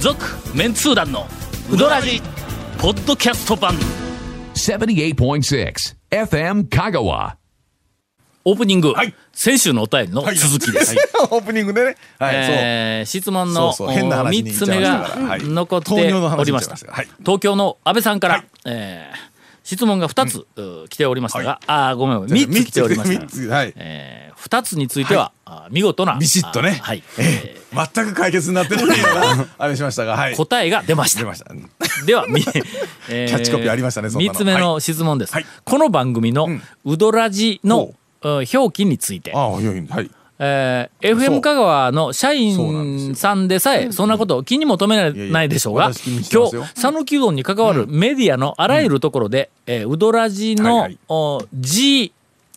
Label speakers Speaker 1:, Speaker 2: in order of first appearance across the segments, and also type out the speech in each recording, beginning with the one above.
Speaker 1: 続メンツー団のウドラジポッドキャスト版
Speaker 2: 78.6 FM Kagawa.
Speaker 1: オープニング、
Speaker 3: はい
Speaker 1: 先週のお便りの続きです、
Speaker 3: オープニングでね。はい、
Speaker 1: えー質問の
Speaker 3: そうそう変な話に
Speaker 1: 3つ目
Speaker 3: 行っちゃいましたから
Speaker 1: が
Speaker 3: はい
Speaker 1: 残って
Speaker 3: 糖尿の話
Speaker 1: おりました
Speaker 3: に行っちゃいましたはい
Speaker 1: 東京の安倍さんから、
Speaker 3: はい
Speaker 1: えー質問が2つ、うん来ておりましたが、
Speaker 3: は
Speaker 1: ああごめんごめん
Speaker 3: そう。
Speaker 1: 3つ来ておりました
Speaker 3: 三つ、はい。
Speaker 1: えー、2つについては、あー見事な
Speaker 3: ビシッとね
Speaker 1: あーはいえ
Speaker 3: 全く解決になってないようなあれしましたが、はい。
Speaker 1: ー答えが出まし
Speaker 3: 出
Speaker 1: た
Speaker 3: ました。
Speaker 1: では、みえ
Speaker 3: キャッチコピーありましたねそん
Speaker 1: 3
Speaker 3: なの
Speaker 1: つ目の質問です、
Speaker 3: はい
Speaker 1: この番組の「うどらじ」のうん表記について、
Speaker 3: ああ、いやいやはい。
Speaker 1: えー
Speaker 3: そう
Speaker 1: FM 香川の社
Speaker 3: そうなんです
Speaker 1: 員
Speaker 3: よ
Speaker 1: さんでさえそんなことを気にも留め
Speaker 3: いや
Speaker 1: ないい
Speaker 3: や
Speaker 1: ないでしょうが
Speaker 3: 私気にして
Speaker 1: 今
Speaker 3: ますよ
Speaker 1: 日讃岐うどんに関わるメディアのあらゆるところで「えーうどらじ」
Speaker 3: はい
Speaker 1: の
Speaker 3: はい
Speaker 1: お「G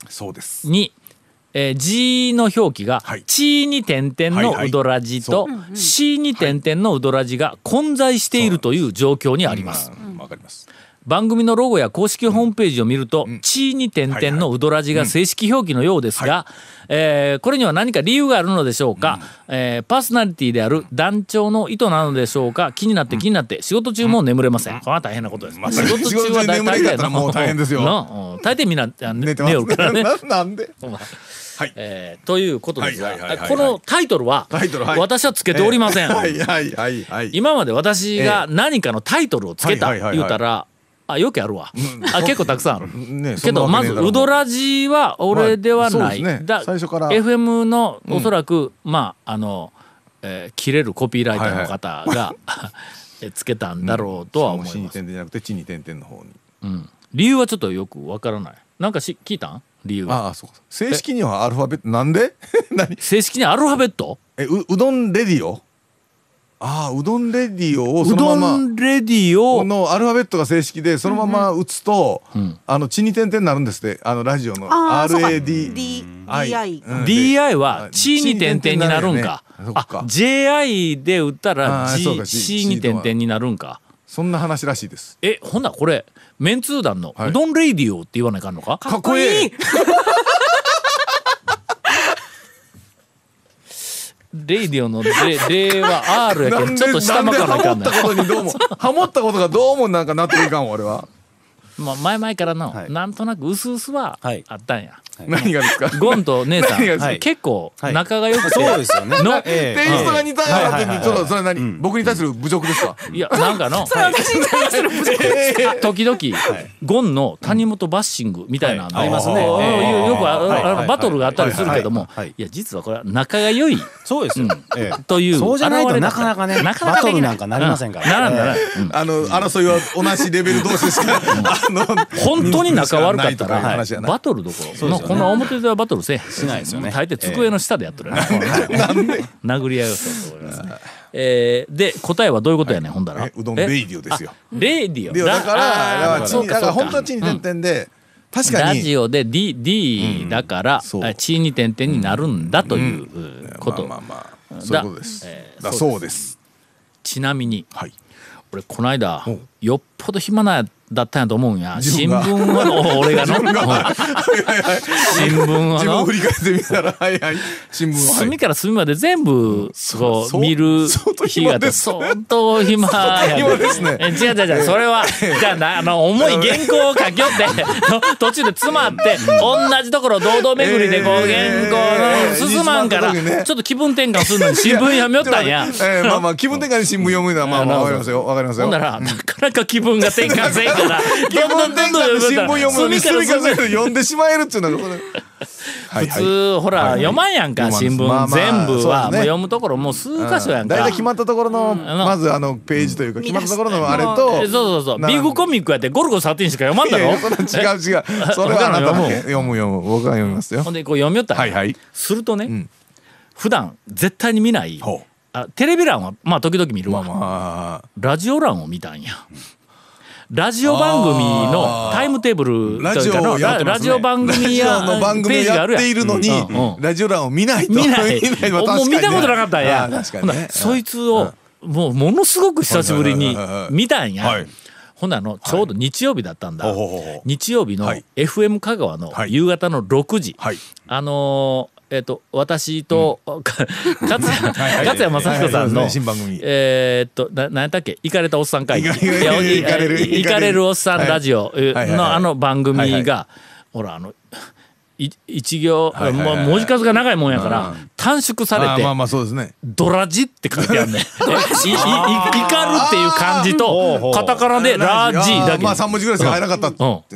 Speaker 3: そうです」。
Speaker 1: に「えー G」の表記が「
Speaker 3: はい
Speaker 1: ち」に点々
Speaker 3: はい
Speaker 1: の
Speaker 3: は
Speaker 1: う
Speaker 3: い
Speaker 1: どらじ
Speaker 3: そう
Speaker 1: と「C」に点々のうどらじが混在しているという状況にあります。
Speaker 3: うん。わかります。
Speaker 1: 番組のロゴや公式ホームページを見ると「地位に点々」のうどらじが正式表記のようですが、えーこれには何か理由があるのでしょうか、えーパーソナリティである団長の意図なのでしょうか気になって気になって仕事中も眠れません、これは大変なことです、
Speaker 3: まあ
Speaker 1: 仕事
Speaker 3: 仕事
Speaker 1: 中
Speaker 3: 中
Speaker 1: は大
Speaker 3: 眠
Speaker 1: 体
Speaker 3: れんかったらもう大変ですよ
Speaker 1: なうん大抵みんなあ寝
Speaker 3: 寝
Speaker 1: て
Speaker 3: てま
Speaker 1: 寝
Speaker 3: す
Speaker 1: よるからね
Speaker 3: ね。ななんで。はい。
Speaker 1: えーということです
Speaker 3: はいはいはい
Speaker 1: が
Speaker 3: はい
Speaker 1: このタイトルは
Speaker 3: タイトルはい
Speaker 1: 私はつけておりません、
Speaker 3: はいはいはいはい。
Speaker 1: 今まで私が何かのタイトルをつけた
Speaker 3: はいはいはいはい
Speaker 1: 言うたら、あ、よくあるわ。あ、結構たくさんある。
Speaker 3: ね
Speaker 1: けど、
Speaker 3: そんな
Speaker 1: ま
Speaker 3: わけ
Speaker 1: ず、
Speaker 3: ねえだろ
Speaker 1: ウドラジは俺では
Speaker 3: まあ
Speaker 1: な
Speaker 3: そ
Speaker 1: い。
Speaker 3: うですね
Speaker 1: だ
Speaker 3: 最初から
Speaker 1: FM のおそらく、まあ、あの、えー切れるコピーライターの方が、 えつけたんだろうとは思い
Speaker 3: 死に
Speaker 1: ます。
Speaker 3: 点々じゃなくて地に点々の方に。
Speaker 1: 理由はちょっとよくわからない。なんかし聞いたん理由。
Speaker 3: ああ、そうか。正式にはアルファベットなんで？ 何？
Speaker 1: 正式にアルファベット
Speaker 3: えううどんレディオ？ああ、うどんレディオを
Speaker 1: う
Speaker 3: その
Speaker 1: ど
Speaker 3: まま。
Speaker 1: んレディ
Speaker 3: こ
Speaker 1: オ、
Speaker 3: のアルファベットが正式でそのまま打つと、あの地に点々になるんですってあのラジオの
Speaker 4: あーそうか
Speaker 3: RAD
Speaker 4: D
Speaker 3: I
Speaker 4: DI
Speaker 3: うん
Speaker 1: DI は
Speaker 3: あ
Speaker 1: C に点々になるんか。
Speaker 3: 地に点々になるよねそっ
Speaker 1: あ
Speaker 3: か、
Speaker 1: JI で打ったら
Speaker 3: あーそう
Speaker 1: G、
Speaker 3: か
Speaker 1: C
Speaker 3: G
Speaker 1: に点々になるんか。
Speaker 3: そんな話らしいです
Speaker 1: え、ほんならこれ、メンツー団の
Speaker 3: はいう
Speaker 1: どんレイディオって言わないかんのか
Speaker 3: かっこいい
Speaker 1: レイディオのレ、レは R や
Speaker 3: な
Speaker 1: けど、
Speaker 3: ん
Speaker 1: ちょっ
Speaker 3: で
Speaker 1: と下
Speaker 3: なん
Speaker 1: ま
Speaker 3: で
Speaker 1: かな
Speaker 3: ハ
Speaker 1: いか
Speaker 3: モ
Speaker 1: ん
Speaker 3: っ
Speaker 1: な
Speaker 3: た
Speaker 1: い。
Speaker 3: ことにどう もハモったことがどうもなんかなっていかんわ俺は
Speaker 1: まあ、前々からの、
Speaker 5: はい
Speaker 1: なんとなく薄々は
Speaker 5: はい
Speaker 1: あったんや。
Speaker 3: 何がですか
Speaker 1: ゴンと姉さん、
Speaker 3: 何がです
Speaker 5: か
Speaker 1: はい結構
Speaker 5: はい
Speaker 1: 仲が良くて、
Speaker 5: そうですよね。
Speaker 1: の
Speaker 5: え
Speaker 3: テイ
Speaker 5: え
Speaker 3: ストが似たようなって
Speaker 5: はいはいはい
Speaker 3: ちょっとそれは何、僕に対する侮辱ですか
Speaker 1: いや、なんか の、時々、ゴンの谷本バッシングみたいなの、
Speaker 5: はいありますね
Speaker 1: あの
Speaker 5: ええ
Speaker 1: よくあ
Speaker 5: はい
Speaker 1: あのバトルがあったりするけども、
Speaker 5: はいはいはい
Speaker 1: いや、実はこれは仲が良い。
Speaker 5: そうですよ。ええ
Speaker 1: という
Speaker 5: そうじゃない
Speaker 1: 現
Speaker 5: と
Speaker 1: れだっ
Speaker 5: な
Speaker 1: た
Speaker 5: かなかね
Speaker 1: なかな
Speaker 5: バ
Speaker 1: か
Speaker 5: ト
Speaker 1: でき
Speaker 5: ル
Speaker 1: な
Speaker 5: ないんかなりませんから。
Speaker 1: ならんならん
Speaker 5: ええ
Speaker 3: あの争いは同じレベル同士でしかあの
Speaker 1: 本当に仲悪かったら、
Speaker 3: 人数しない
Speaker 1: は
Speaker 3: 話
Speaker 1: い
Speaker 3: やな
Speaker 1: バトルどころ、
Speaker 5: うで
Speaker 1: の
Speaker 5: すよね
Speaker 1: この表ではバトルせえ
Speaker 5: しないですよね
Speaker 1: 大抵机の下でやっとるよね、殴り合いをしたと思いますね、えーで答えはどういうことやねん、ほんだら
Speaker 3: えうどんレイディオですよ
Speaker 1: えレイディオ
Speaker 3: でだから
Speaker 1: あー
Speaker 3: だから地
Speaker 1: そう
Speaker 3: にだ
Speaker 1: か
Speaker 3: か
Speaker 1: そ
Speaker 3: ら
Speaker 1: うか
Speaker 3: 本当は地に点々で、確か
Speaker 1: ラ
Speaker 3: に
Speaker 1: ジオで D, D だから、
Speaker 3: そう
Speaker 1: あ地位に点々になるんだといううこと、
Speaker 3: まあまあまあそういうことです、
Speaker 1: えー
Speaker 3: だそうです
Speaker 1: ちなみに
Speaker 3: はい
Speaker 1: 俺この間
Speaker 3: おう
Speaker 1: よっぽど暇なだったんやと思うんや
Speaker 3: 自
Speaker 1: 新
Speaker 3: 分が
Speaker 1: 聞はの俺がの 新聞は
Speaker 3: 自分を
Speaker 1: の
Speaker 3: 振り返ってみたらは いはい新聞をはい
Speaker 1: 隅から隅まで全部こう
Speaker 3: そう
Speaker 1: 見る
Speaker 3: 相当
Speaker 1: 日があ
Speaker 3: 暇
Speaker 1: って
Speaker 3: です
Speaker 1: 相当暇や
Speaker 3: 相当暇ですね
Speaker 1: え違う違う違うそれはじゃあなあの重い原稿を書きよっての途中で詰まって同じところ堂々巡りでこう
Speaker 3: え
Speaker 1: 原
Speaker 3: ー
Speaker 1: 稿の進まんから
Speaker 3: えー
Speaker 1: ちょっと気分転換するのに新聞やめよったんや。
Speaker 3: えーまあまあ気分転換に新聞読むのはまあまあわかりますよわかります
Speaker 1: ほ
Speaker 3: よ
Speaker 1: んなら、なかなか気分が転換せんから、
Speaker 3: 気分転換で新聞読むのに隅か
Speaker 1: 隅
Speaker 3: ら隅まで読んでしまえるっていうのがこれはい
Speaker 1: 普通、ほら、読まんやんか、
Speaker 3: 読
Speaker 1: 新
Speaker 3: ま
Speaker 1: 聞。
Speaker 3: んまあまあ
Speaker 1: 全部
Speaker 3: そうで
Speaker 1: は、
Speaker 3: す
Speaker 1: も
Speaker 3: ね
Speaker 1: う読むところ、もう数箇所やんか。
Speaker 3: 大体決まったところのまずあのページというか決まったところのあれと
Speaker 1: えそうそうそう。ビッグコミックやってゴルゴ13しか読まんだ
Speaker 3: いやい
Speaker 1: ろ
Speaker 3: やそれは違う違うそれはあなただけ読む読む僕は読みますよ
Speaker 1: ほんでこう読みよったんや
Speaker 3: はいはい
Speaker 1: するとね、
Speaker 3: ん
Speaker 1: 普段絶対に見ない
Speaker 3: ほう
Speaker 1: あテレビ欄はまあ時々見る
Speaker 3: ま
Speaker 1: わ、
Speaker 3: あまあ
Speaker 1: ラジオ欄を見たんや。ラジオ番組のタイムテーブル
Speaker 3: ラ
Speaker 1: とい
Speaker 3: ジ
Speaker 1: うか
Speaker 3: オ
Speaker 1: の
Speaker 3: をやってま
Speaker 1: ラ
Speaker 3: すね
Speaker 1: ジオ番組や
Speaker 3: ラジオの番組
Speaker 1: ペー
Speaker 3: を
Speaker 1: ジが
Speaker 3: や
Speaker 1: あ
Speaker 3: っ
Speaker 1: るやん
Speaker 3: ているのに
Speaker 1: うんうん
Speaker 3: ラジオ欄 を見ないと
Speaker 1: 見ない。
Speaker 3: は確か
Speaker 1: もう
Speaker 3: に
Speaker 1: 見たことなかったん
Speaker 3: あ
Speaker 1: や
Speaker 3: ー。確か
Speaker 1: ほ
Speaker 3: に
Speaker 1: ん
Speaker 3: ね
Speaker 1: ならそいつを、もうものすごく久しぶりに
Speaker 3: はいはいはいはい
Speaker 1: 見たんや。
Speaker 3: はい
Speaker 1: ほんならあの、ちょうど日曜日だったんだ。
Speaker 3: ほうほうほう
Speaker 1: 日曜日の
Speaker 3: はい
Speaker 1: FM 香川の
Speaker 3: はい
Speaker 1: 夕方の6時。
Speaker 3: はい
Speaker 1: あのーえっ、と、私と、か勝也、勝谷正彦さん
Speaker 3: はいはいはいそうです
Speaker 1: の
Speaker 3: ね、新番組
Speaker 1: えっと、な、なんやったっけイカれたおっさん会議。
Speaker 3: イカれる
Speaker 1: いや
Speaker 3: イカれる
Speaker 1: イカれるおっさんラジオ
Speaker 3: いはいはい
Speaker 1: のあの番組が、
Speaker 3: はい
Speaker 1: ほら、あの、い一行、
Speaker 3: いはいはい
Speaker 1: まあ文字数が長いもんやから、短縮さ
Speaker 3: ま
Speaker 1: れ
Speaker 3: あ
Speaker 1: て
Speaker 3: まあ、まあそうですね。
Speaker 1: ドラジって書いてある ねん。えいいい怒るっていう漢字
Speaker 5: ほうほ
Speaker 1: と、
Speaker 5: う
Speaker 1: カタカナでラジ
Speaker 3: あ
Speaker 1: だけ。
Speaker 3: まあ3文字ぐらいしか入らなかったって。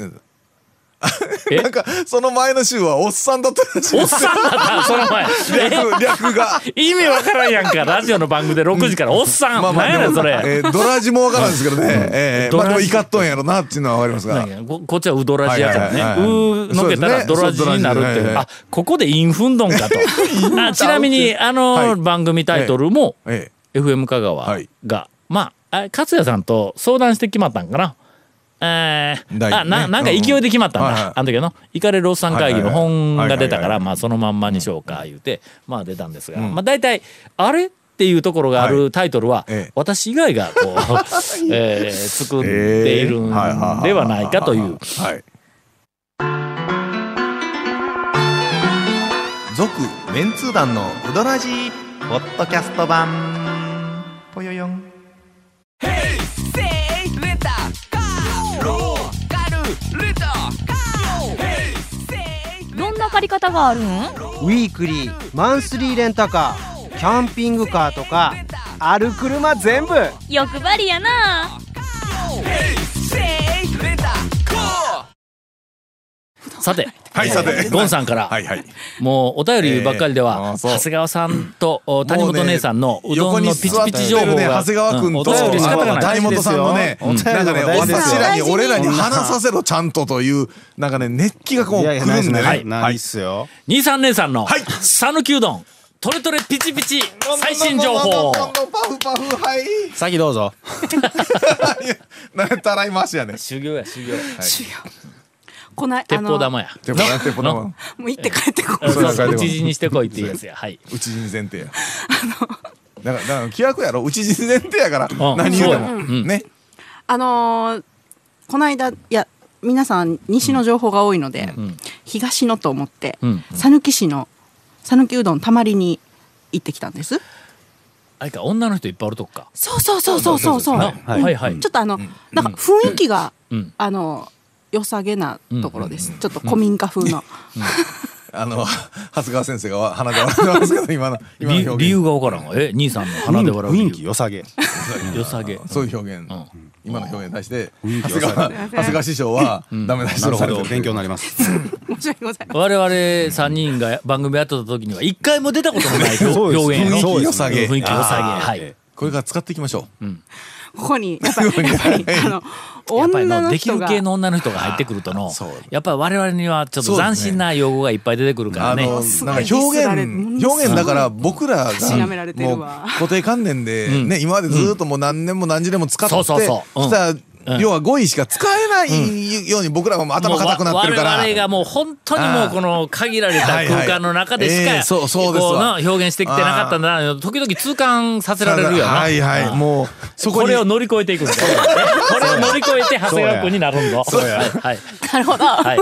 Speaker 1: え
Speaker 3: なんか、その前の週はおっさんだったらしい
Speaker 1: おっさんだ った、その前。
Speaker 3: 略略 が。
Speaker 1: え意味わからんやんか。ラジオの番組で6時から、おっさん。
Speaker 3: まあまあ
Speaker 1: 何やねん、それ。
Speaker 3: えードラジもわからんですけどね。ええ
Speaker 1: ド
Speaker 3: ま
Speaker 1: ラ
Speaker 3: あ
Speaker 1: ジ
Speaker 3: でも怒っとんやろなっていうのはわかりますが
Speaker 1: なん。やここっちはウドラジやからね、
Speaker 3: はいはいはいはいう
Speaker 1: ーのけたらドラジになるっていう
Speaker 3: そうですねそうドラジはいはい
Speaker 1: あここでインフンドンかとあちなみにあの、
Speaker 3: はい
Speaker 1: 番組タイトルも、
Speaker 3: え
Speaker 1: FM 香川が、
Speaker 3: はい
Speaker 1: まああ勝也さんと相談して決まったんかなえー
Speaker 3: 第一
Speaker 1: あな
Speaker 3: ね
Speaker 1: なんか勢いで決まったんだ、
Speaker 3: うんはいはい
Speaker 1: あの時の「イカレローさん会議」の本が出たか
Speaker 3: はいはいは
Speaker 1: ら
Speaker 3: いはいはいはい
Speaker 1: まあそのまんまにしようか言うて、まあ出たんですが、まあ大体「あれ?」っていうところがあ
Speaker 3: は
Speaker 1: るタイトルは、
Speaker 3: ええ
Speaker 1: 私以外がこう、えー作っているんではないかという。
Speaker 3: はい。続、メンツー団の
Speaker 4: ウドラジポッドキャスト版ぽよよん
Speaker 6: どんな借り方があるん
Speaker 7: ウィークリーマンスリーレンタカーキャンピングカーとかある車全部
Speaker 6: 欲張りやな
Speaker 1: さて、
Speaker 3: はいさて
Speaker 1: えーゴンさんから、
Speaker 3: はいはい。
Speaker 1: もうお便りばっかりで
Speaker 3: ええあ
Speaker 1: は、
Speaker 3: あそう
Speaker 1: 長谷川さんとお谷本姉さんのうどんのピチピチ情報
Speaker 3: 横に座ってるね
Speaker 1: が、
Speaker 3: 長谷川
Speaker 1: うん
Speaker 3: 君
Speaker 1: お
Speaker 3: と、
Speaker 1: 便り仕方が
Speaker 3: あの
Speaker 1: ない
Speaker 3: 谷本さんのね、
Speaker 5: うん
Speaker 3: なんかね、
Speaker 5: お便りの方が大事です
Speaker 3: 私
Speaker 5: よ
Speaker 3: らに、俺らに話させろ、ちゃんとという、なんかね、熱気がこう、
Speaker 5: い
Speaker 3: く
Speaker 5: やいや、ない
Speaker 3: る
Speaker 5: っす
Speaker 3: んで
Speaker 5: ね。
Speaker 3: ね。
Speaker 5: はい、ないっすよ。
Speaker 1: 兄さん姉さんの
Speaker 3: はい
Speaker 1: 讃岐うどんトレトレピチピチ最新情報
Speaker 3: パフパフ、はい。
Speaker 5: 先どうぞ。
Speaker 3: なんかたらい回しやね。
Speaker 1: 修行や修行
Speaker 8: こないあ
Speaker 1: 鉄砲
Speaker 8: の
Speaker 1: 玉や
Speaker 3: でもなんて、この、
Speaker 8: もう行って帰ってこ
Speaker 1: うん
Speaker 8: う
Speaker 1: そう
Speaker 3: そ
Speaker 1: そうう打ち死にしてこいっていうやつやはい
Speaker 3: 内陣前提や。だから、だから、規約やろ、内陣前提やから、何言うても。ね。
Speaker 8: あのーこの間いや皆さん西の情報が多いので、東のと思って
Speaker 1: ん
Speaker 8: 讃岐、市の讃岐うどんたまりに行ってきたんです
Speaker 1: あれか女の人いっぱいおるとこか
Speaker 8: そうそうそうそうそうそう、
Speaker 1: なはいはい
Speaker 8: ちょっとあの、なんか雰囲気が、
Speaker 1: うん
Speaker 8: あの良さげなところです、ちょっと古民家風の、
Speaker 3: あの、長谷川先生が鼻で笑ってますけど、今の、
Speaker 1: 理
Speaker 3: 今の表現。
Speaker 1: 理由がわからんわえ兄さんの鼻で笑う理
Speaker 5: 雰
Speaker 1: 由
Speaker 5: 囲気良さげ。
Speaker 1: 良さげ
Speaker 3: そういう表現、
Speaker 1: ん
Speaker 3: 今の表現に対して
Speaker 5: 雰囲
Speaker 3: 長
Speaker 5: 気
Speaker 3: 谷
Speaker 5: 良さ
Speaker 3: 川長谷川師匠はダメ出し
Speaker 5: なる
Speaker 3: を
Speaker 5: ほ
Speaker 3: され
Speaker 5: ど
Speaker 3: て。る
Speaker 5: 勉強になります。
Speaker 8: 申し訳ございま
Speaker 1: 我々3人が番組やってた時には一回も出たこともない表現やろ
Speaker 3: 雰囲気良さげ
Speaker 1: 雰囲気良さげは
Speaker 5: あー
Speaker 1: い
Speaker 3: これから使っていきましょう、
Speaker 8: せんここにやっ ぱりやっぱりあの
Speaker 1: やっぱり
Speaker 8: 女
Speaker 1: の
Speaker 8: の
Speaker 1: でき
Speaker 8: 人
Speaker 1: る
Speaker 8: が
Speaker 1: 系の女の人が入ってくるとの
Speaker 3: そう
Speaker 1: やっぱり我々にはちょっと斬新な用語がいっぱい出てくるから
Speaker 3: あ
Speaker 1: ね
Speaker 3: の
Speaker 8: すごい
Speaker 3: なんか表
Speaker 8: ディスられもの
Speaker 3: 現
Speaker 8: すごい
Speaker 3: 表現だから僕らがもう
Speaker 8: しなめられてるわ
Speaker 3: 固定観念でね、今までずっともう何年も何十年も使って
Speaker 1: そう
Speaker 3: き
Speaker 1: そうそううん
Speaker 3: た、要は語彙しか使えないように僕らはもう頭固くなってるから
Speaker 1: もうわ我々がもう本当にもうこの限られた
Speaker 3: はいは
Speaker 1: 空
Speaker 3: い
Speaker 1: 間の中でし
Speaker 3: え
Speaker 1: か
Speaker 3: えそうそうです
Speaker 1: こうな
Speaker 3: わ
Speaker 1: 表現してきてなかったんだな時々痛感させられるよな、
Speaker 3: はいはいもうそ
Speaker 1: こ
Speaker 3: こに
Speaker 1: れを乗り越えていくんだよこれを乗り越えて長谷川君になるんだ
Speaker 5: そうや
Speaker 1: はいはい
Speaker 8: なるほど
Speaker 1: はい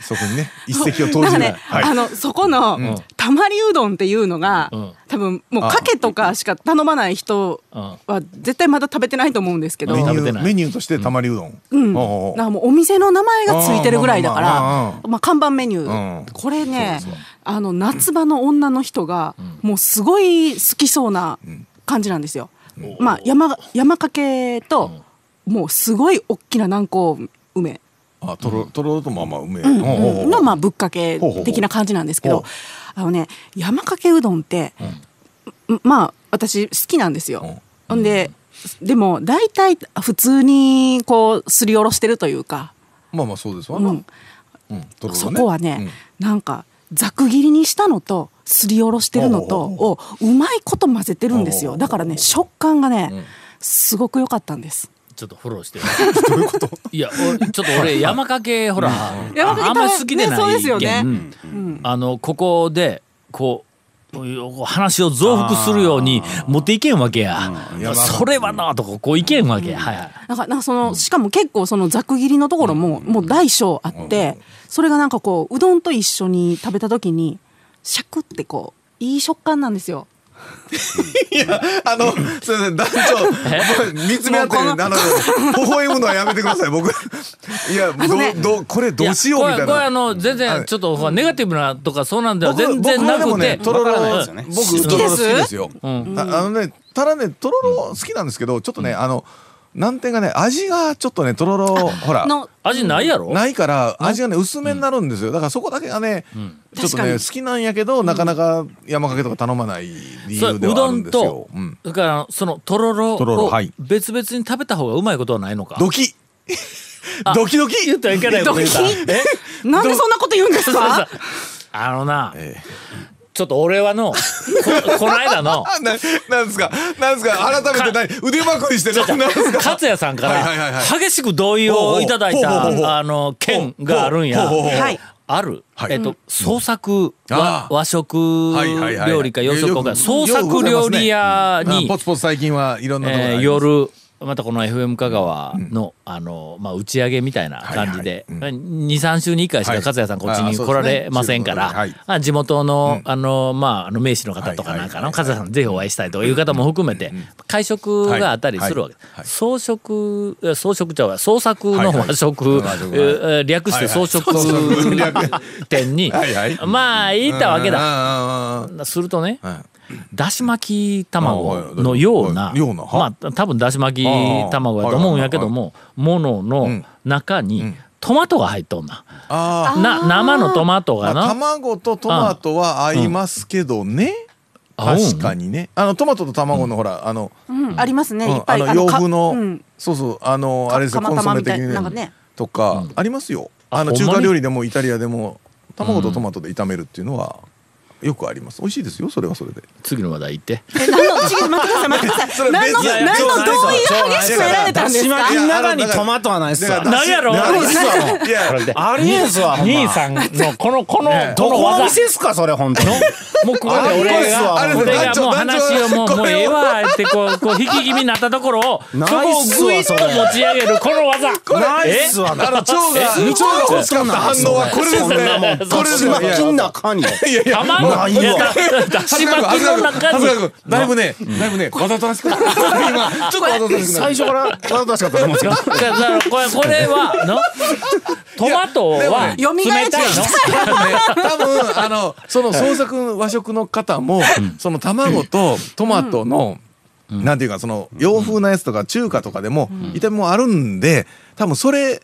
Speaker 3: そこにね一石を投
Speaker 8: なん
Speaker 3: じ
Speaker 8: か
Speaker 3: る
Speaker 8: ね、あのそこの、たまりうどんっていうのが、
Speaker 1: ん
Speaker 8: 多分もうかけとかしか頼まない人は絶対まだ食べてないと思うんですけど、
Speaker 1: うん
Speaker 3: メ
Speaker 8: な
Speaker 3: ニ
Speaker 8: ん
Speaker 1: 食べてな
Speaker 3: ュ
Speaker 1: い
Speaker 3: ーメニューとしてたまりうどん、うんおうおう
Speaker 8: かもうお店の名前がついてるぐらいだか
Speaker 3: あーまあまあまあ
Speaker 8: ら
Speaker 3: ま、
Speaker 8: まあ看板メニュー、
Speaker 3: うん
Speaker 8: これね、あの夏場の女の人が、もうすごい好きそうな感じなんですよ。まあ山山かけと、もうすごい大きな南高梅。
Speaker 3: あとろとろともまあうめえ、おうおうおう
Speaker 8: のまあぶっかけ的な感じなんですけ
Speaker 3: ほう
Speaker 8: ど
Speaker 3: ほ
Speaker 8: あのね山かけうどんって、んまあ私好きなんですよ。ほんででも大体普通にこうすりおろしてるというか、
Speaker 3: まあまあそうですわ
Speaker 8: う
Speaker 3: な、
Speaker 8: ん、
Speaker 3: うんとろろね
Speaker 8: そこはね、なんかざく切りにしたのとすりおろしてるのとをうまいこと混ぜてるんですよだからね食感がね、すごく良かったんです。
Speaker 1: ちょっとフォロー してどういうこといやおちょっと俺山かけほら
Speaker 8: 山かけ
Speaker 1: あんまり好きで
Speaker 8: ね
Speaker 1: な
Speaker 8: そうで
Speaker 1: い
Speaker 8: すよね
Speaker 1: けんあのここでこう話を増幅するように持っていけんわけや。
Speaker 3: うん
Speaker 1: それはなとかこういけんわけや。はいはい。
Speaker 8: なんかなんかそのしかも結構そのざく切りのところももう大小あってそれがなんかこううどんと一緒に食べた時にシャクってこういい食感なんですよ
Speaker 3: あの、すいません、団長、もう見つめ合ってる、
Speaker 8: も
Speaker 3: あ
Speaker 8: うこの
Speaker 3: の、微笑むのはやめてください、僕。いや、
Speaker 8: あのね
Speaker 3: どう、どう、これどうしようみたい
Speaker 1: これこれあ
Speaker 3: な。
Speaker 1: の全然ちょっとほらネガティブなとかそうなんでは
Speaker 3: 僕
Speaker 1: 全然な
Speaker 3: 僕はでも
Speaker 1: くて
Speaker 3: ね、とろろ
Speaker 5: わからないですよね、
Speaker 3: 僕、
Speaker 8: 好
Speaker 3: と
Speaker 8: き
Speaker 3: ろ
Speaker 8: で
Speaker 3: ろ好
Speaker 8: す
Speaker 3: きですよ。
Speaker 1: うん
Speaker 3: ああのね、ただね、とろろ好きなんですけど、ちょっとね、あの、難点がね、味がちょっとね、とろろ、ほら。
Speaker 8: の
Speaker 1: 味ないやろ
Speaker 3: ないから味がね薄めになるんですよだからそこだけがねちょっと
Speaker 8: 確か
Speaker 3: ね
Speaker 8: に
Speaker 3: 好きなんやけどなかなか山かけとか頼まない理
Speaker 1: そう
Speaker 3: 由
Speaker 1: う
Speaker 3: ではあ
Speaker 1: ど
Speaker 3: るん
Speaker 1: ん
Speaker 3: です
Speaker 1: と
Speaker 3: よ、うん
Speaker 1: だからそのとろろ
Speaker 3: とろろ
Speaker 1: を
Speaker 3: はい
Speaker 1: 別々に食べた方がうまいことはないのか
Speaker 3: ドキ
Speaker 1: あ
Speaker 3: ドキドキ
Speaker 1: 言ったらいけないこと言うた
Speaker 8: ドキ
Speaker 1: え
Speaker 8: なんでそんなこと言うんですか
Speaker 1: あのな、
Speaker 3: ええ
Speaker 1: ちょっと俺はのここの間の
Speaker 3: あななんですかなんですか改めて何腕まくりしてるなんですか
Speaker 1: 勝也さんから
Speaker 3: はいはいはいは
Speaker 1: 激しく同意をいただい
Speaker 3: ほうほうほうほう
Speaker 1: たあの件があるんや
Speaker 3: ほうほうほう
Speaker 8: はい
Speaker 1: ある、
Speaker 3: はい
Speaker 1: えっと創作和
Speaker 3: ああ
Speaker 1: 和食
Speaker 3: はいはいはい
Speaker 1: 料理か洋食か
Speaker 3: よく
Speaker 1: 創作料理屋
Speaker 3: あ
Speaker 1: に、
Speaker 3: ポツポツ最近はいろんなところ
Speaker 1: え
Speaker 3: に
Speaker 1: ー
Speaker 3: あります
Speaker 1: 夜またこの FM 香川の,、あのまあ、打ち上げみたいな感じで、23週に1回しか
Speaker 3: はい
Speaker 1: 勝也さんこっち
Speaker 3: あー
Speaker 1: に
Speaker 3: そう
Speaker 1: 来
Speaker 3: ですね
Speaker 1: られませんから、
Speaker 3: はい
Speaker 1: あ地元の,、あのまあ、あの名士の方とかなんかの、
Speaker 3: はいはいはいはい
Speaker 1: 勝也さんぜひお会いしたいという方も含めて、会食があったりするわけ、
Speaker 3: はいはい
Speaker 1: 装飾え装飾ちゃうわ創作
Speaker 3: はい
Speaker 1: の
Speaker 3: はい
Speaker 1: 和食、
Speaker 3: 和食
Speaker 1: えー略して装 飾
Speaker 3: はいはい
Speaker 1: 店に、
Speaker 3: はいはい
Speaker 1: まあ行ったわけだ。
Speaker 3: だ
Speaker 1: するとね、
Speaker 3: は
Speaker 1: だし巻き
Speaker 3: あ
Speaker 1: 卵
Speaker 3: はい
Speaker 1: のような
Speaker 3: はいようなは
Speaker 1: まあ多分だし巻き卵やと思うんやけどもものの中にトマトが入っとんな
Speaker 3: あー
Speaker 1: な生のトマト
Speaker 3: ま
Speaker 1: が
Speaker 3: あ
Speaker 1: な
Speaker 3: 卵とトマトは合いますけどね
Speaker 1: 合うん
Speaker 3: 確かにねあのトマトと卵のほらあの
Speaker 8: うんありますね
Speaker 3: うん
Speaker 8: いっぱい
Speaker 3: あの洋
Speaker 8: か
Speaker 3: 風の、
Speaker 8: うん
Speaker 3: そうそうあの
Speaker 8: か
Speaker 3: あれですよコ
Speaker 8: 釜
Speaker 3: ンソ
Speaker 8: 玉
Speaker 3: メ
Speaker 8: みた
Speaker 3: 的
Speaker 8: いななんか
Speaker 3: にね
Speaker 8: ね
Speaker 3: とか、ありますよあ
Speaker 1: あ
Speaker 3: の
Speaker 1: ほん
Speaker 3: 中
Speaker 1: まに
Speaker 3: 華料理でもイタリアでも卵とトマトで炒めるっていうのはよくあります美味しいですよそれはそれ で
Speaker 1: 次の話題行って
Speaker 8: え何のちょっと待ってください待ってください何の
Speaker 3: いや
Speaker 1: いや
Speaker 8: 何
Speaker 1: そう
Speaker 8: の同
Speaker 1: ないそう
Speaker 8: 意を激しく得られたん
Speaker 5: だ
Speaker 8: です
Speaker 5: し
Speaker 8: か
Speaker 5: 巻きの中にトマトはないっす
Speaker 3: だ
Speaker 5: わ
Speaker 3: から
Speaker 1: なんやろ
Speaker 3: だからいや
Speaker 5: ありえんすわほんま
Speaker 1: 兄さんのこのこのこ
Speaker 5: ど
Speaker 1: の
Speaker 5: この
Speaker 1: 技
Speaker 5: 店っすかそれ本当に
Speaker 1: もうここで俺が
Speaker 3: あれです
Speaker 1: 俺がもう
Speaker 3: 団長
Speaker 1: 話をもう
Speaker 3: 団長
Speaker 1: もうええわってこうこう引き気味になったところをそ
Speaker 5: ナ
Speaker 1: こ
Speaker 5: イ
Speaker 1: を
Speaker 5: ス
Speaker 1: グイ
Speaker 5: わ
Speaker 1: ッと
Speaker 5: それ
Speaker 1: 持ち上げるこの技
Speaker 5: ナイスわ
Speaker 3: あの腸が
Speaker 1: え
Speaker 3: 腸が欲しかった反応はこれです
Speaker 1: そん
Speaker 3: ね
Speaker 1: なもん
Speaker 3: これです
Speaker 5: し
Speaker 3: ね
Speaker 5: 巻きの中に
Speaker 1: 卵
Speaker 5: ない
Speaker 1: いや
Speaker 5: わ
Speaker 1: だだし巻きの中
Speaker 3: 長
Speaker 1: に
Speaker 3: 谷川君だいぶねだいぶねわざとらしくなった今ちょっとわざとらしくなった
Speaker 5: 最初からわざとらしかったと思うんですけど
Speaker 1: だからこれこれはのトマトは冷
Speaker 8: でもね
Speaker 1: たいの
Speaker 3: 多分ね多分あのその創作和食の方もその卵とトマトの、なんていうかその洋風なやつとか中華とかでも炒めもあるんで多分それ、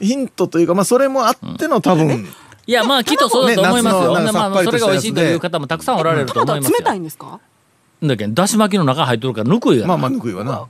Speaker 3: ヒントというかまあそれもあっての多分、
Speaker 1: いやまあきっとそうだと思いますよ、
Speaker 3: ね
Speaker 1: で
Speaker 3: 夏のなんか
Speaker 1: まあ
Speaker 3: さっぱり
Speaker 1: そ
Speaker 3: と
Speaker 1: れ
Speaker 3: した
Speaker 1: が美
Speaker 3: やつ
Speaker 1: 味
Speaker 3: で
Speaker 1: しいという方もたくさんおられると
Speaker 8: ト
Speaker 1: 思
Speaker 8: マト
Speaker 1: い
Speaker 8: は
Speaker 1: ます
Speaker 8: 冷た
Speaker 1: よ
Speaker 8: いんですか
Speaker 1: だけどだし巻きの中入っとるからぬくいがな、
Speaker 3: まあまあぬくいわな。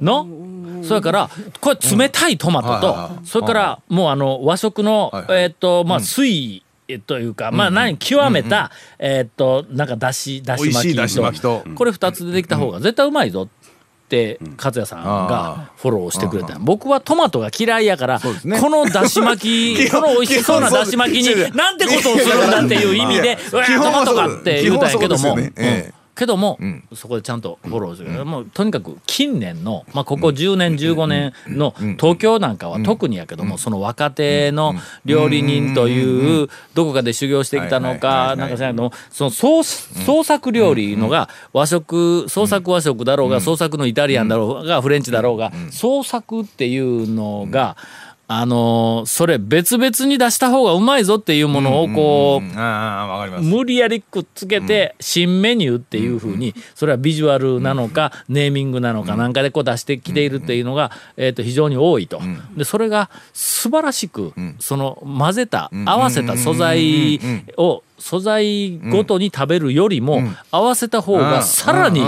Speaker 1: のそれからこれ冷たいトマト
Speaker 3: うんはい
Speaker 1: と
Speaker 3: はいはい
Speaker 1: それからもうあの和食の
Speaker 3: はいはい
Speaker 1: えーっとまあ水というかまあ何極めたえーっとなんかだしだし
Speaker 3: 美味しいだ
Speaker 1: 巻
Speaker 3: し巻
Speaker 1: き
Speaker 3: きと
Speaker 1: とこれ2つでできた方が絶対うまいぞって勝也さん
Speaker 3: あ
Speaker 1: がフォローしてくれた僕はトマトが嫌いやからこ
Speaker 3: うですね
Speaker 1: のだし巻きこの美味しそうなだし巻き
Speaker 3: 基本そうで
Speaker 1: に
Speaker 3: す
Speaker 1: なんてことをするんだっていう意味で
Speaker 3: いや
Speaker 1: うわ
Speaker 3: 基
Speaker 1: ート
Speaker 3: 本
Speaker 1: マ
Speaker 3: は
Speaker 1: ト
Speaker 3: そう
Speaker 1: かって言うたんやけども
Speaker 3: 基本はそうですよねええ
Speaker 1: けども、
Speaker 3: ん
Speaker 1: そこでちゃんとフォローする、もうとにかく近年の、まあ、ここ10年15年の東京なんかは特にやけども、その若手の料理人という、どこかで修行してきたのか、
Speaker 3: はいはいはいはい
Speaker 1: なんか知らんけどもその創創作料理のが和食創作和食だろうが、創作のイタリアンだろうが、フレンチだろうが、創作っていうのが。あのーそれ別々に出した方がうまいぞっていうものをこう
Speaker 3: ああわかりま
Speaker 1: 無理やりくっつけて新メニューっていうふうにそれはビジュアルなのかネーミングなのかなんかでこう出してきているっていうのがえーと非常に多いとでそれが素晴らしくその混ぜた合わせた素材を素材ごとに食べるよりも合わせた方がさらに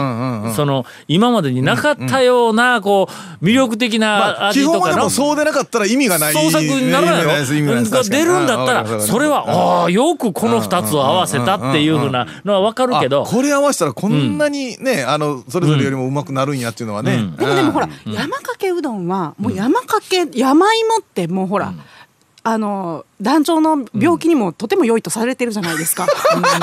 Speaker 1: その今までになかったようなこう魅力的な味
Speaker 3: 基
Speaker 1: と
Speaker 3: 本
Speaker 1: か
Speaker 3: はで
Speaker 1: の
Speaker 3: もそうでなかったら意味がない。
Speaker 1: 創作にならないの
Speaker 3: 意味がです意味がないです
Speaker 1: が出るんだった
Speaker 3: 確かにあわかりま
Speaker 1: ら
Speaker 3: す
Speaker 1: それはああよくこの2つを合わせたっていうふうなのは分かるけど
Speaker 3: あこれ合わせたらこんなにね、あのそれぞれよりもうまくなるんやっていうのは
Speaker 1: う
Speaker 3: ね、
Speaker 1: ん
Speaker 8: でもでもほら、山かけうどんはもう山かけ、山芋ってもうほら、あの団長の病気にもとても良いとされてるじゃないですか。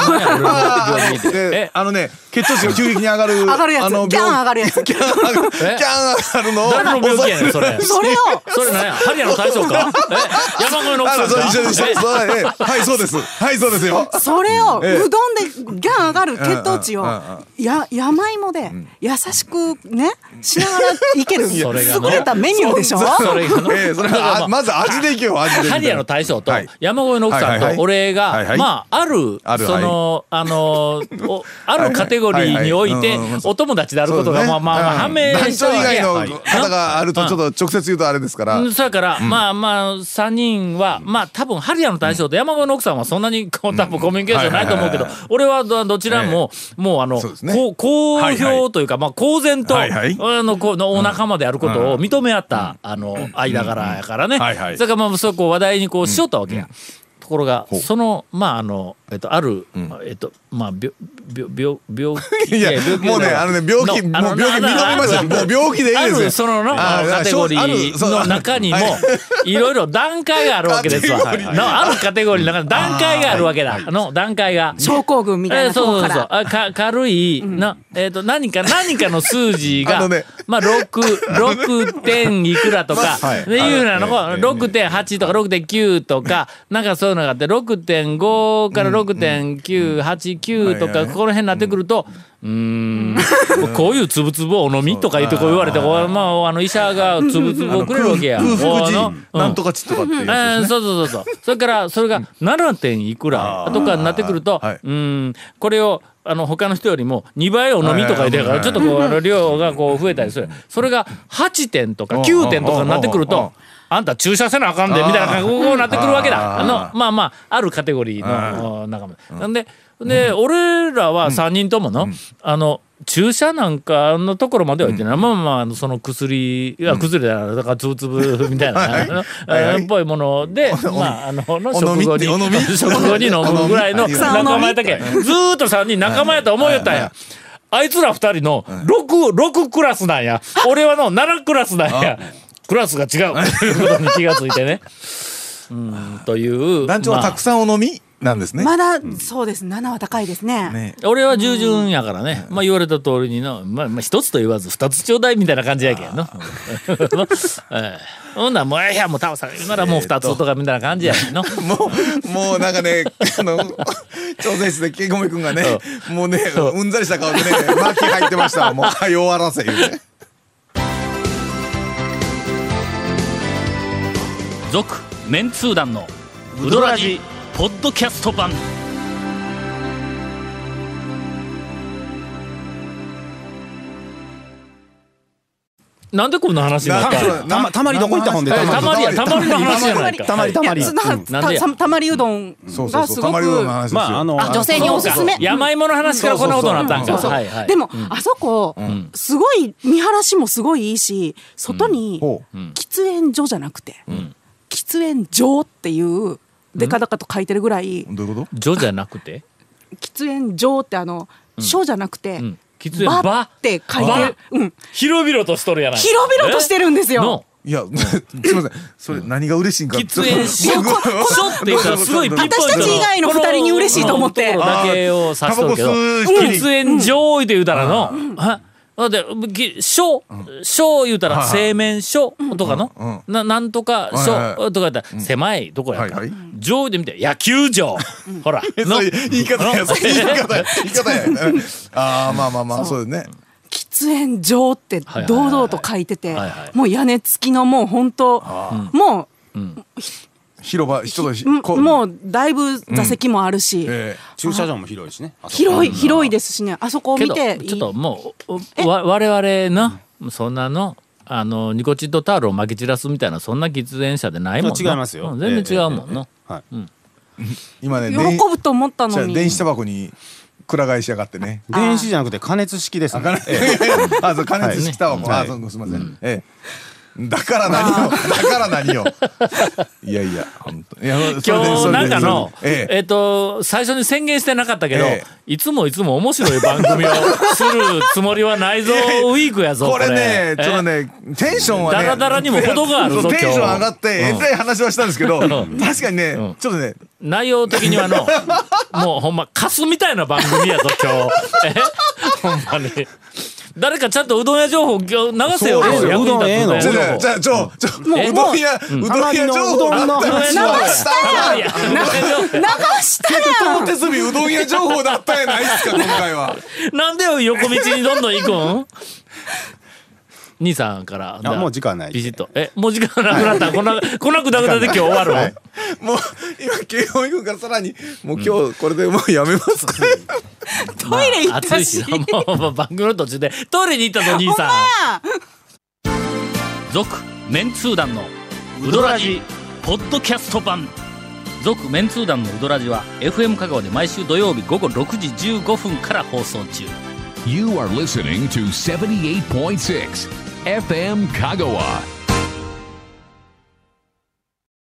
Speaker 1: 何や俺の病気って
Speaker 3: で
Speaker 1: え、
Speaker 3: あのね、血糖値が急激に上がる。
Speaker 8: 上がるや
Speaker 3: あ
Speaker 8: つ、ギャン
Speaker 3: の、
Speaker 8: 上
Speaker 3: 病
Speaker 8: がるや つ。
Speaker 3: キャン上がる。キャン上がるのを。
Speaker 1: 誰の病気やねんそれ
Speaker 8: それを
Speaker 1: それ何やハリアの大将かえ山越えの奥
Speaker 3: あ
Speaker 1: さ
Speaker 3: の、
Speaker 1: ん
Speaker 3: そう、
Speaker 1: か
Speaker 3: 一緒です一緒ですそうええはい、そうです。はい、そうですよ。
Speaker 8: それをう
Speaker 3: ええ
Speaker 8: どんでギャン上がる血糖値を
Speaker 3: うんうんうん
Speaker 8: や山芋で優しくねしながらいけ る
Speaker 1: そ
Speaker 8: 優
Speaker 1: れがの
Speaker 8: れたメニューでしょ
Speaker 1: それがの
Speaker 3: ええ、それは、あまず味でいけよ、味でみた
Speaker 1: ハ
Speaker 3: いな。
Speaker 1: リアの大将と
Speaker 3: はい
Speaker 1: 山越えの奥
Speaker 3: は
Speaker 1: さ
Speaker 3: いはいは
Speaker 1: ん
Speaker 3: い
Speaker 1: と俺
Speaker 3: はいは
Speaker 1: が
Speaker 3: い
Speaker 1: まあある
Speaker 3: ある
Speaker 1: そのあのおあるカテゴリーにおいて
Speaker 3: はいはいはいうんうん
Speaker 1: お友達であること
Speaker 3: そうで
Speaker 1: が
Speaker 3: すね
Speaker 1: まあまあまあ判明
Speaker 3: 団
Speaker 1: した
Speaker 3: 長以
Speaker 1: わけや
Speaker 3: 外の方があるとちょっと直接言うとあれですから、
Speaker 1: うんそやから、まあまあ三人はまあ多分ハリアの大将と山越の奥さんはそんなにこう多分コミュニケーションないと思うけど、
Speaker 3: はいはい
Speaker 1: 俺はどどちらも、もうあの
Speaker 3: そうですね
Speaker 1: こう公表というか、まあ公然と、
Speaker 3: はいはい
Speaker 1: あのこうのお仲間であることを認め合った、あの間柄やからね。
Speaker 3: はいはい
Speaker 1: それからまあそこを話題にこうしよったわけや。ところが
Speaker 3: ほう
Speaker 1: そのまああのえっとある、えっとまあ病病病病気
Speaker 3: いや
Speaker 1: 病気
Speaker 3: もうねあのね病気
Speaker 1: の
Speaker 3: もう
Speaker 1: な
Speaker 3: 病気
Speaker 1: な
Speaker 3: 認めましたもう病気でいいです
Speaker 1: あ
Speaker 3: よ
Speaker 1: るそのの
Speaker 3: あー
Speaker 1: カテゴリーの中にも
Speaker 3: ある
Speaker 1: いろいろ段階があるわけですわ
Speaker 3: カテゴリー
Speaker 1: なあるカテゴリーの中に段階があるわけだの段階が。
Speaker 8: 症候群みたい
Speaker 1: えー
Speaker 8: なと
Speaker 1: そ
Speaker 8: こ
Speaker 1: う
Speaker 8: か
Speaker 1: そうそう
Speaker 8: ら
Speaker 1: あか軽いな、えー、と何か何かの数字
Speaker 3: あ
Speaker 1: が、
Speaker 3: のね
Speaker 1: まあ66点いくらとか、
Speaker 3: はい
Speaker 1: でいうようなの
Speaker 3: はい
Speaker 1: 6.8とか6.9とかなんかそういうのがあって6.5から6.989と
Speaker 3: はいは
Speaker 1: か
Speaker 3: い
Speaker 1: ここの辺になってくると。うーんこういうつぶつぶをお飲みとか言ってこう言われて、おまあ、あの医者がつぶつぶをくれるわけや。
Speaker 3: 空腹
Speaker 1: おあの
Speaker 3: 時
Speaker 1: うん
Speaker 3: なんとかちとかっていう
Speaker 1: えー
Speaker 3: やつですね
Speaker 1: そうそうそう そう。それからそれが7点いくらとかになってくると、
Speaker 3: はいう
Speaker 1: ーんこれをあの他の人よりも2倍お飲みとか言ってるか
Speaker 3: はい
Speaker 1: ら
Speaker 3: はい
Speaker 1: ちょっとこうあの量がこう増えたりする。それが8点とか
Speaker 3: うん
Speaker 1: 9点とかになってくる
Speaker 3: うんうん
Speaker 1: と。あんた注射せなあかんでみたいな感じこうなってくるわけだ。
Speaker 3: あ
Speaker 1: あ
Speaker 3: ー
Speaker 1: のまあまああるカテゴリーの仲間。なんでで俺らは3人とものあの注射なんかのところまでは行ってない、まあまああのその薬いや薬だなだからつぶつ ぶみたいな、あの
Speaker 3: はいはい
Speaker 1: えーっぽいものでまああのの
Speaker 3: お飲
Speaker 1: 食
Speaker 3: み
Speaker 1: 後
Speaker 3: って
Speaker 1: に
Speaker 3: お飲み
Speaker 1: 食後に飲むぐらいの
Speaker 3: お飲み
Speaker 1: 仲間やったけずーっと3人仲間やと思いよったんや。あいつら2人の 6, 六クラスなんや俺はの7クラスなんやクラスが違う ということに気がついてね。うんという
Speaker 3: 団長はたくさんお飲みなんですね、
Speaker 8: まだそうです7は高いですね。
Speaker 3: ね
Speaker 1: 俺は従順やからね、まあ言われた通りにな、まあ、まあ一つと言わず二つちょうだいみたいな感じやけんの。 ええほんならもう、いや、もう倒さない。今ならもう二つとかみたいな感じやけんの。
Speaker 3: もうもうなんかねあの 調整室でけごめくんがねもうねうんざりした顔でね巻き入ってましたわもうはよ終わらせ言うて
Speaker 1: 続、メンツー団の、ウドラジ、ポッドキャスト版。なんでこんな話になったん
Speaker 3: な
Speaker 5: たまたまりどこ行ったほんで
Speaker 3: え
Speaker 1: たまりや、たまりの話じゃないか。
Speaker 5: たまりたまり
Speaker 8: いやそんな
Speaker 5: うん
Speaker 1: なんでや
Speaker 8: たたたまりうどん
Speaker 3: そうそう
Speaker 8: が
Speaker 3: そ
Speaker 8: す
Speaker 3: うた
Speaker 8: ご
Speaker 3: まりうどんの話で
Speaker 8: く
Speaker 3: すよ
Speaker 5: まああの
Speaker 8: あ女性におすすめ
Speaker 1: そうか山芋の話からこんなことになったん
Speaker 8: そ
Speaker 1: か。
Speaker 8: うそう
Speaker 1: はいはい
Speaker 8: でも、あそこ、すごい見晴らしもすごいいいし外に
Speaker 3: ほ
Speaker 8: 喫煙所じゃなくて、喫煙所っていうデカデカと書いてるぐらい、
Speaker 3: どういうこと
Speaker 1: 女じゃなくて
Speaker 8: 喫煙所ってあの「所、じゃなくて「
Speaker 1: ん喫煙
Speaker 8: 場」
Speaker 1: 場
Speaker 8: って書いてる、うん、
Speaker 1: 広々としとるやない
Speaker 8: 広々としてるんです
Speaker 1: え
Speaker 8: よ
Speaker 1: の。
Speaker 3: いや、も うすみません。それ何が嬉しいんか。
Speaker 1: 喫煙し
Speaker 8: いや
Speaker 1: ょ
Speaker 8: こ
Speaker 1: って言ったらすごいピンポイント
Speaker 8: 私たち以外の二人に嬉しいと思って
Speaker 1: このところだけを指しとるけど
Speaker 3: タバコ吸う人に
Speaker 1: 喫煙上位と言うたらのあだってぎ書書言うたら製麺書とかのななんとか
Speaker 3: はいは
Speaker 1: 書とか言ったら狭いとこやんか
Speaker 3: はいはい
Speaker 1: 上位で見て野球場ほら
Speaker 3: え
Speaker 1: の
Speaker 3: そういう言い方や、そういう言い方や、言い方や。ああ、まあまあまあ、そうですね。
Speaker 8: 喫煙所って堂々と書いてて、
Speaker 1: はいはいはいはいはい
Speaker 8: もう屋根付きのもう本当、もう
Speaker 3: 広場、人がひ、
Speaker 8: うん
Speaker 3: こ
Speaker 8: もうだいぶ座席もあるし、
Speaker 3: え
Speaker 5: 駐車場も広いしねあそこ
Speaker 8: 広い広いですしねあそこを
Speaker 1: け
Speaker 8: 見
Speaker 1: ど
Speaker 8: て
Speaker 1: ちょっともうおわ我々のそんなのあのニコチンとタオルをまき散らすみたいなそんな喫煙者でないもんな
Speaker 5: ちょっと違いますよ
Speaker 1: うん全然違うもんな、
Speaker 5: はい
Speaker 3: ー今ね、
Speaker 8: 喜
Speaker 3: 電
Speaker 8: ぶと思った
Speaker 3: じゃ
Speaker 8: の
Speaker 3: あ
Speaker 8: に
Speaker 3: 電子タバコにくら替えしやがって ね。
Speaker 5: 電子じゃなくて加熱式ですねええ
Speaker 3: あ、そう、加熱式タバコ。
Speaker 5: はい
Speaker 3: あ、そう、すみません。ええだから何よ。だから何よ。いやいや、本当いやそれで
Speaker 1: 今
Speaker 3: そ
Speaker 1: 日
Speaker 3: れで
Speaker 1: なんかの
Speaker 3: そ、れ
Speaker 1: え
Speaker 3: でええ
Speaker 1: っと、最初に宣言してなかったけど
Speaker 3: え、
Speaker 1: いつもいつも面白い番組をするつもりはない ぞウィークやぞ、
Speaker 3: こ
Speaker 1: これ。
Speaker 3: れね、
Speaker 1: え
Speaker 3: ちょっとね、テンションはね。
Speaker 1: ダラダラにも程があるぞ
Speaker 3: そうテンション
Speaker 1: 今日
Speaker 3: 上がって、えらい話はしたんですけど、確かに
Speaker 1: ん
Speaker 3: ね、ちょっとね、
Speaker 1: 内容的にはの、 もうほんま、カスみたいな番組やぞ、今日。えほんまに。誰かちゃんとうどん屋情報、今日流せよ、
Speaker 5: そうですよ
Speaker 1: 役に立つ
Speaker 5: うどんええの
Speaker 3: ちょ、ち
Speaker 1: うどん
Speaker 3: ょ、ちょ、ちょ、ちょ、もう
Speaker 1: え
Speaker 3: うどん屋、うどん屋情報だった
Speaker 1: うどん屋
Speaker 3: 話
Speaker 1: 情報
Speaker 3: は。
Speaker 1: いやうどん屋情報
Speaker 3: 手積みうどん屋情報だったやないですか、今回は。
Speaker 1: なんでよ横道にどんどん行 くん兄さんから。
Speaker 5: あもう時間ない
Speaker 1: ビシッと。え、もう時間なくなった。こんな、こんなくだぐだで今日終わるの、
Speaker 3: もう、今、慶応行くからさらに、もう今日これでもうやめますかね。
Speaker 1: トイレ行ったし、暑いしなもうもう番組の途中でトイレに行ったぞ兄さん続メンツー団のウドラジポッドキャスト版続メンツー団のウドラジは FM 香川で毎週土曜日午後6時15分から放送中
Speaker 2: You are listening to 78.6 FM Kagawa.